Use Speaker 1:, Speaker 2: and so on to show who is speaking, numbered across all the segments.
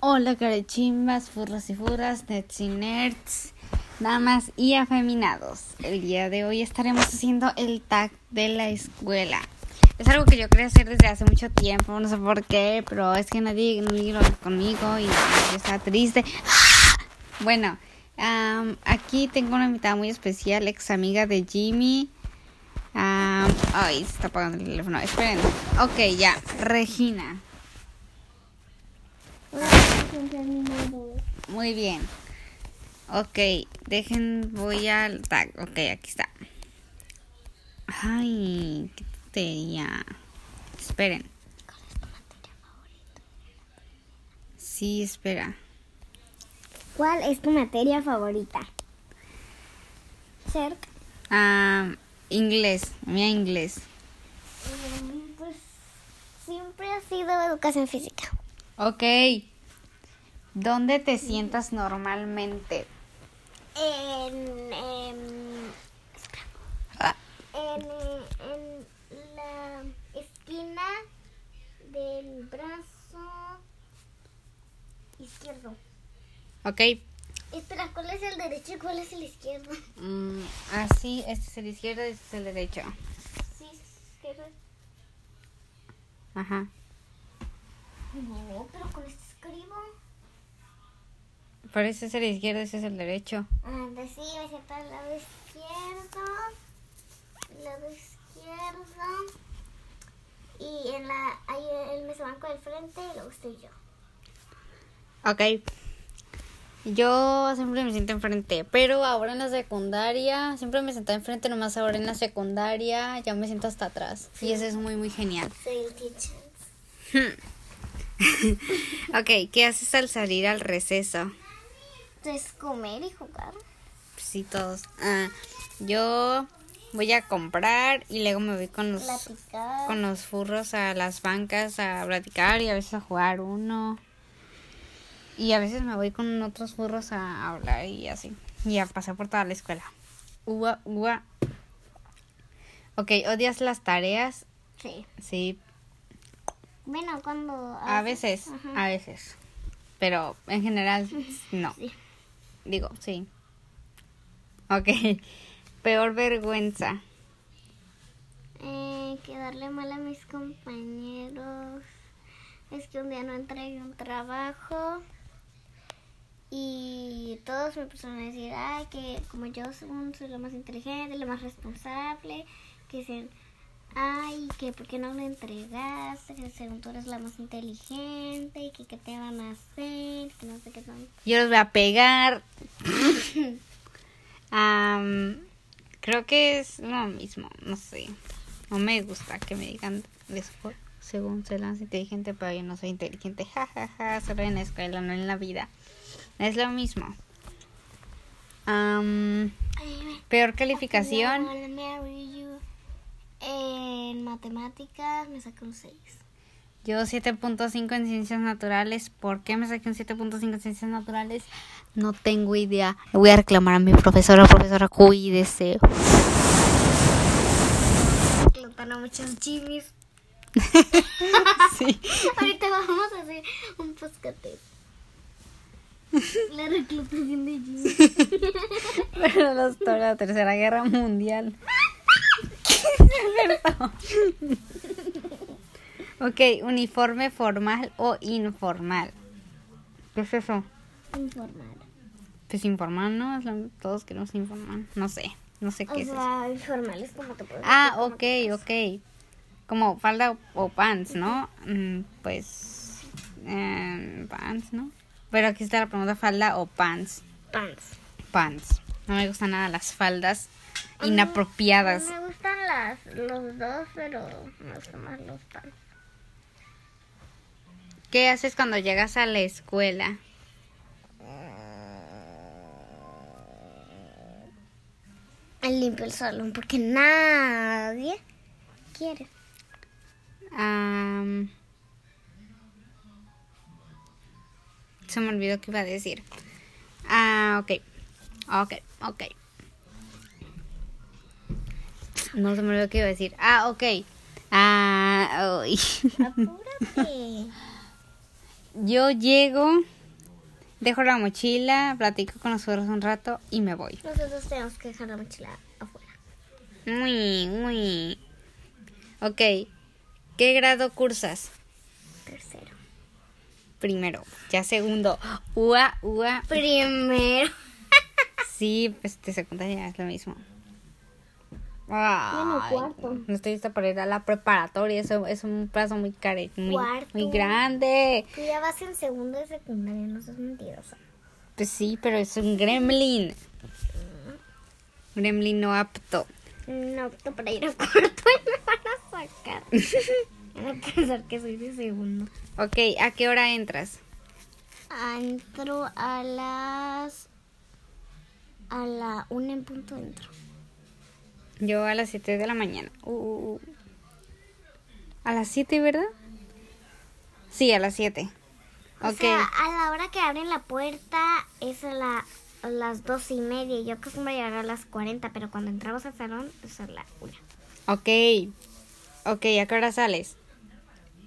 Speaker 1: Hola, carechimbas, furros y furras, nets y nerds, damas y afeminados. El día de hoy estaremos haciendo el tag de la escuela. Es algo que yo quería hacer desde hace mucho tiempo, no sé por qué, pero es que nadie lo conmigo y yo estaba triste. ¡Ah! Bueno, am, aquí tengo una invitada muy especial, ex amiga de Jimmy. Am, ay, se está apagando el teléfono, esperen. Ok, ya, Regina. Muy bien. Ok, dejen, voy al tag. Ok, aquí está. Ay, qué tontería. Esperen. Sí, espera.
Speaker 2: ¿Cuál es tu materia favorita? Cerca.
Speaker 1: Ah, inglés, mira inglés.
Speaker 2: Pues siempre ha sido educación física.
Speaker 1: Ok. ¿Dónde te sientas normalmente?
Speaker 2: En, em,
Speaker 1: Ah,
Speaker 2: en, en la esquina del brazo izquierdo.
Speaker 1: Ok.
Speaker 2: Espera, ¿cuál es el derecho y cuál es el izquierdo?
Speaker 1: mm, así, este es el izquierdo, este es el derecho.
Speaker 2: Sí, izquierdo.
Speaker 1: Ajá.
Speaker 2: No, pero con este escribo.
Speaker 1: Pero este es el izquierdo, este es el derecho.
Speaker 2: Ah, pues sí, me siento al lado izquierdo. Lado izquierdo. Y en la, hay el mesobanco del frente y luego estoy yo.
Speaker 1: Ok. Yo siempre me siento enfrente, pero ahora en la secundaria, siempre me sentaba enfrente, nomás ahora en la secundaria ya me siento hasta atrás. Y eso es muy, muy genial.
Speaker 2: Soy el teacher.
Speaker 1: Ok, ¿qué haces al salir al receso?
Speaker 2: Entonces, comer y jugar.
Speaker 1: Sí, todos. Ah, yo voy a comprar y luego me voy con los,
Speaker 2: Platicar.
Speaker 1: Pues, con los furros a las bancas a platicar y a veces a jugar uno. Y a veces me voy con otros furros a hablar y así. Y a pasar por toda la escuela. Ua, ua. Ok, ¿odias las tareas?
Speaker 2: Sí.
Speaker 1: Sí,
Speaker 2: Bueno, cuando.
Speaker 1: a veces,
Speaker 2: Ah, Ajá.
Speaker 1: a veces. Pero en general, no.
Speaker 2: Sí.
Speaker 1: Digo, sí. Ok, peor vergüenza.
Speaker 2: Eh, quedarle mal a mis compañeros. Es que un día no entregué un trabajo y todos me empezaron a decir, ay, que como yo según soy la más inteligente, la más responsable, que dicen, ay, que por qué no lo entregaste, que según tú eres la más inteligente, y que qué te van a hacer, que no sé qué tan...
Speaker 1: Yo los voy a pegar. Am, creo que es lo mismo, no sé. No me gusta que me digan eso por- según soy la más inteligente, pero yo no soy inteligente. Ja, ja, ja, solo en la escuela, no en la vida. Es lo mismo. Am, peor
Speaker 2: I
Speaker 1: calificación.
Speaker 2: wanna marry you. En matemáticas me saqué un 6.
Speaker 1: Yo 7.5 en ciencias naturales. ¿Por qué me saqué un 7.5 en ciencias naturales? No tengo idea. Le voy a reclamar a mi profesora. Profesora, cuídese.
Speaker 2: Explotan a muchos chimis.
Speaker 1: Sí.
Speaker 2: Ahorita vamos a hacer un poscate. La reclutación de Jimmy.
Speaker 1: Pero los to- la tercera guerra mundial. ok, uniforme formal o informal. ¿Qué es eso?
Speaker 2: Informar.
Speaker 1: Pues informal, ¿no? Es lo- Todos queremos informar. No sé, no sé
Speaker 2: O
Speaker 1: qué es eso.
Speaker 2: sea, informal es como te puedo
Speaker 1: Ah, ok, ok. Como falda o, o pants, ¿no? Mm, Pues... eh, pants, ¿no? Pero aquí está la pregunta falda o pants.
Speaker 2: Pants.
Speaker 1: pants. No me gustan nada las faldas inapropiadas.
Speaker 2: Me gustan las, los dos, pero me gustan más los pants.
Speaker 1: ¿Qué haces cuando llegas a la escuela?
Speaker 2: Limpio el salón porque nadie quiere.
Speaker 1: Am, se me olvidó que iba a decir. Ah, ok. Ok, ok. No se me olvidó que iba a decir. Ah, ok. Ah, uy.
Speaker 2: Apúrate.
Speaker 1: yo llego, dejo la mochila, platico con los suegros un rato y me voy.
Speaker 2: Nosotros tenemos que dejar la mochila afuera.
Speaker 1: Muy, muy. Ok, ¿qué grado cursas?
Speaker 2: Tercero.
Speaker 1: Primero, ya segundo. Ua, ua.
Speaker 2: Primero.
Speaker 1: Sí, pues de secundaria es lo mismo. Ay,
Speaker 2: cuarto.
Speaker 1: No estoy lista para ir a la preparatoria, eso es un plazo muy care, muy,
Speaker 2: Cuarto.
Speaker 1: muy grande.
Speaker 2: Tú ya vas en segundo de secundaria, no seas mentirosa.
Speaker 1: Pues sí, pero es un gremlin. Gremlin no apto.
Speaker 2: No opto para ir a cuarto y me van a sacar. Van a pensar que soy de segundo.
Speaker 1: Ok, ¿a qué hora entras?
Speaker 2: Entro a las. A la una en punto entro.
Speaker 1: Yo a las 7 de la mañana. Uh, uh, uh. A las 7, ¿verdad? Sí, a las 7.
Speaker 2: O
Speaker 1: Ok.
Speaker 2: sea, a la hora que abren la puerta es a, la- a las dos y media. Yo acostumbro llegar a las 40, pero cuando entramos al salón es a la una.
Speaker 1: Ok. Ok, ¿a qué hora sales?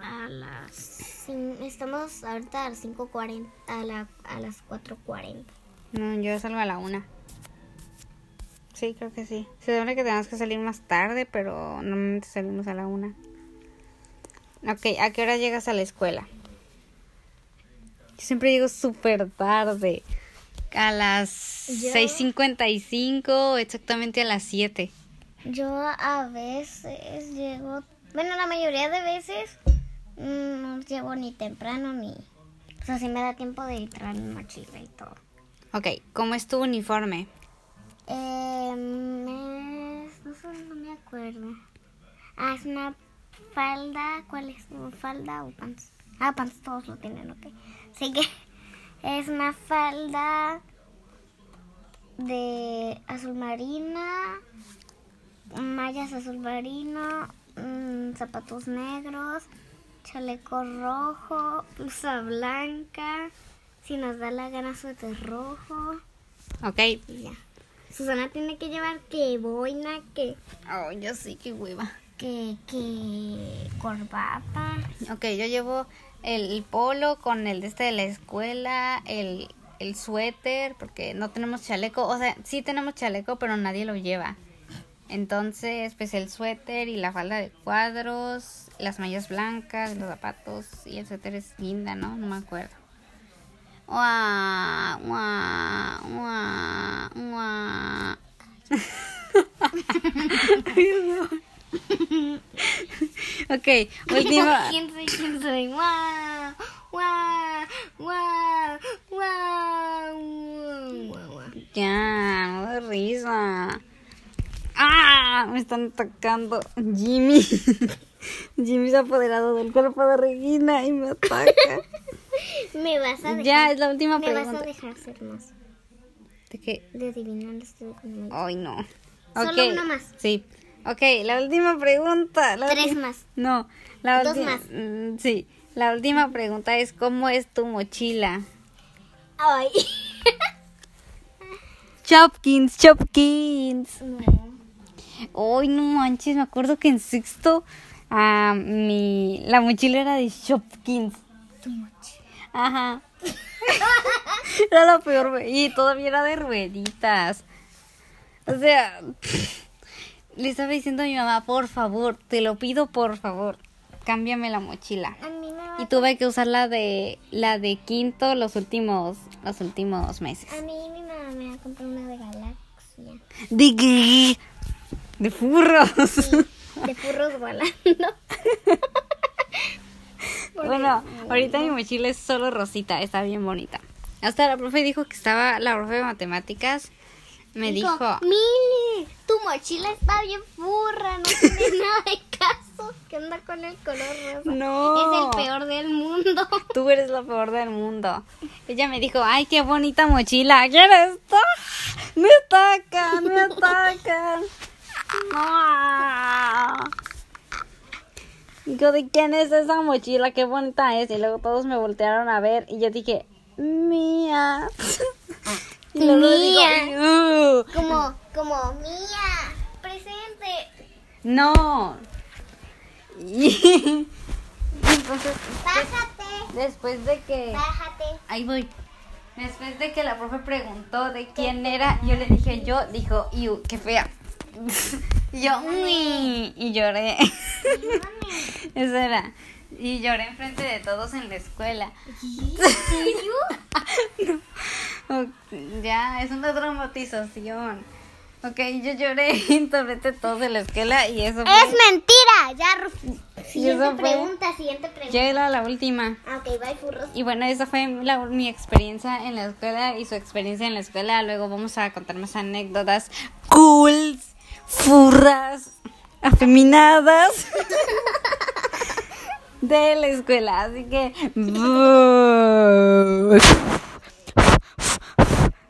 Speaker 2: A las. cin- Estamos ahorita a las 5.40, a, la, a las 4.40.
Speaker 1: No, yo salgo a la 1. Sí, creo que sí. Se supone que tenemos que salir más tarde, pero normalmente salimos a la 1. Ok, ¿a qué hora llegas a la escuela? Yo siempre llego súper tarde. A las
Speaker 2: Yo-
Speaker 1: 6.55, exactamente a las 7.
Speaker 2: Yo a veces llego, bueno, la mayoría de veces mm, no llevo ni temprano ni... O sea, sí me da tiempo de traer mi mochila y todo.
Speaker 1: Ok, ¿cómo es tu uniforme?
Speaker 2: Em, es- no sé, no Eh, me acuerdo. Ah, es una falda, ¿cuál es? ¿O ¿Falda o pants? Ah, pants todos lo tienen, ok. Así que es una falda de azul marina, mallas azul marino, mm, zapatos negros, chaleco rojo, blusa blanca, si nos da la gana suéter rojo.
Speaker 1: Ok.
Speaker 2: Y ya. Susana tiene que llevar que boina, que,
Speaker 1: Oh, yo sí, qué hueva.
Speaker 2: que, que corbata.
Speaker 1: Ok, yo llevo el, el polo con el de este de la escuela, el, el suéter, porque no tenemos chaleco. O sea, sí tenemos chaleco, pero nadie lo lleva. Entonces, pues el suéter y la falda de cuadros, las mallas blancas, los zapatos y el suéter es guinda, ¿no? No me acuerdo. Guau, guau, guau, guau. Ok, último.
Speaker 2: ¿Quién soy? ¿Quién soy? ¡Guau! ¡Guau! ¡Guau! ¡Guau! ¡Guau! ¡Guau!
Speaker 1: Ya, no de risa. ¡Ah! Me están atacando. Jimmy. Jimmy se ha apoderado del cuerpo de Regina y me ataca.
Speaker 2: Me vas a dejar.
Speaker 1: ya, es la última
Speaker 2: me vas a
Speaker 1: pregunta.
Speaker 2: dejar ser más.
Speaker 1: ¿De qué?
Speaker 2: De adivinar los trucos. ¿no?
Speaker 1: Ay, no.
Speaker 2: Solo
Speaker 1: Ok,
Speaker 2: una más.
Speaker 1: Sí. Ok, la última pregunta. la
Speaker 2: Tres
Speaker 1: ulti-
Speaker 2: más.
Speaker 1: No, la
Speaker 2: Dos
Speaker 1: última.
Speaker 2: más.
Speaker 1: mm, Sí. La última pregunta es: ¿Cómo es tu mochila?
Speaker 2: Ay.
Speaker 1: Chopkins, Chopkins.
Speaker 2: No.
Speaker 1: Ay, no manches, me acuerdo que en sexto ah, mi, la mochila era de Shopkins.
Speaker 2: Tu mochila.
Speaker 1: Ajá. era la peor, güey, y todavía era de rueditas. O sea, le estaba diciendo a mi mamá, por favor, te lo pido, por favor, cámbiame la mochila.
Speaker 2: A mí me va
Speaker 1: Y tuve que usar la de la de quinto los últimos los últimos meses.
Speaker 2: A mí mi mamá me va a comprar una de galaxia.
Speaker 1: De qué? de furros.
Speaker 2: De furros volando.
Speaker 1: Bueno, ahorita mi mochila es solo rosita, está bien bonita. Hasta la profe dijo que estaba, la profe de matemáticas me dijo,
Speaker 2: Mili, tu mochila está bien furra, no tiene nada de caso. ¿Qué onda con el color rosa?
Speaker 1: No.
Speaker 2: Es el peor del mundo.
Speaker 1: tú eres la peor del mundo. Ella me dijo, ay, qué bonita mochila, ¿quieres esto? Me atacan, me atacan. Ah. Digo, ¿de quién es esa mochila? Qué bonita es. Y luego todos me voltearon a ver y yo dije, mía. Y luego digo, "Uh".
Speaker 2: Como, como, mía, presente.
Speaker 1: No. Y, Entonces,
Speaker 2: Bájate,
Speaker 1: después de que...
Speaker 2: bájate.
Speaker 1: Ahí voy. Después de que la profe preguntó de quién era, yo le dije yo, dijo, iu, qué fea. Y yo, uy, y lloré. Eso era. Y lloré enfrente de todos en la escuela. Ok, Ya, es una traumatización. Ok, yo lloré enfrente de todos en la escuela y eso
Speaker 2: Es
Speaker 1: fue.
Speaker 2: mentira, ya, Rufi.
Speaker 1: Siguiente
Speaker 2: Siguiente pregunta, siguiente pregunta.
Speaker 1: Yo era la última.
Speaker 2: Ah, ok, bye, furros.
Speaker 1: Y bueno, esa fue la- mi experiencia en la escuela y su experiencia en la escuela. Luego vamos a contar más anécdotas cool, furras, afeminadas de la escuela. Así que...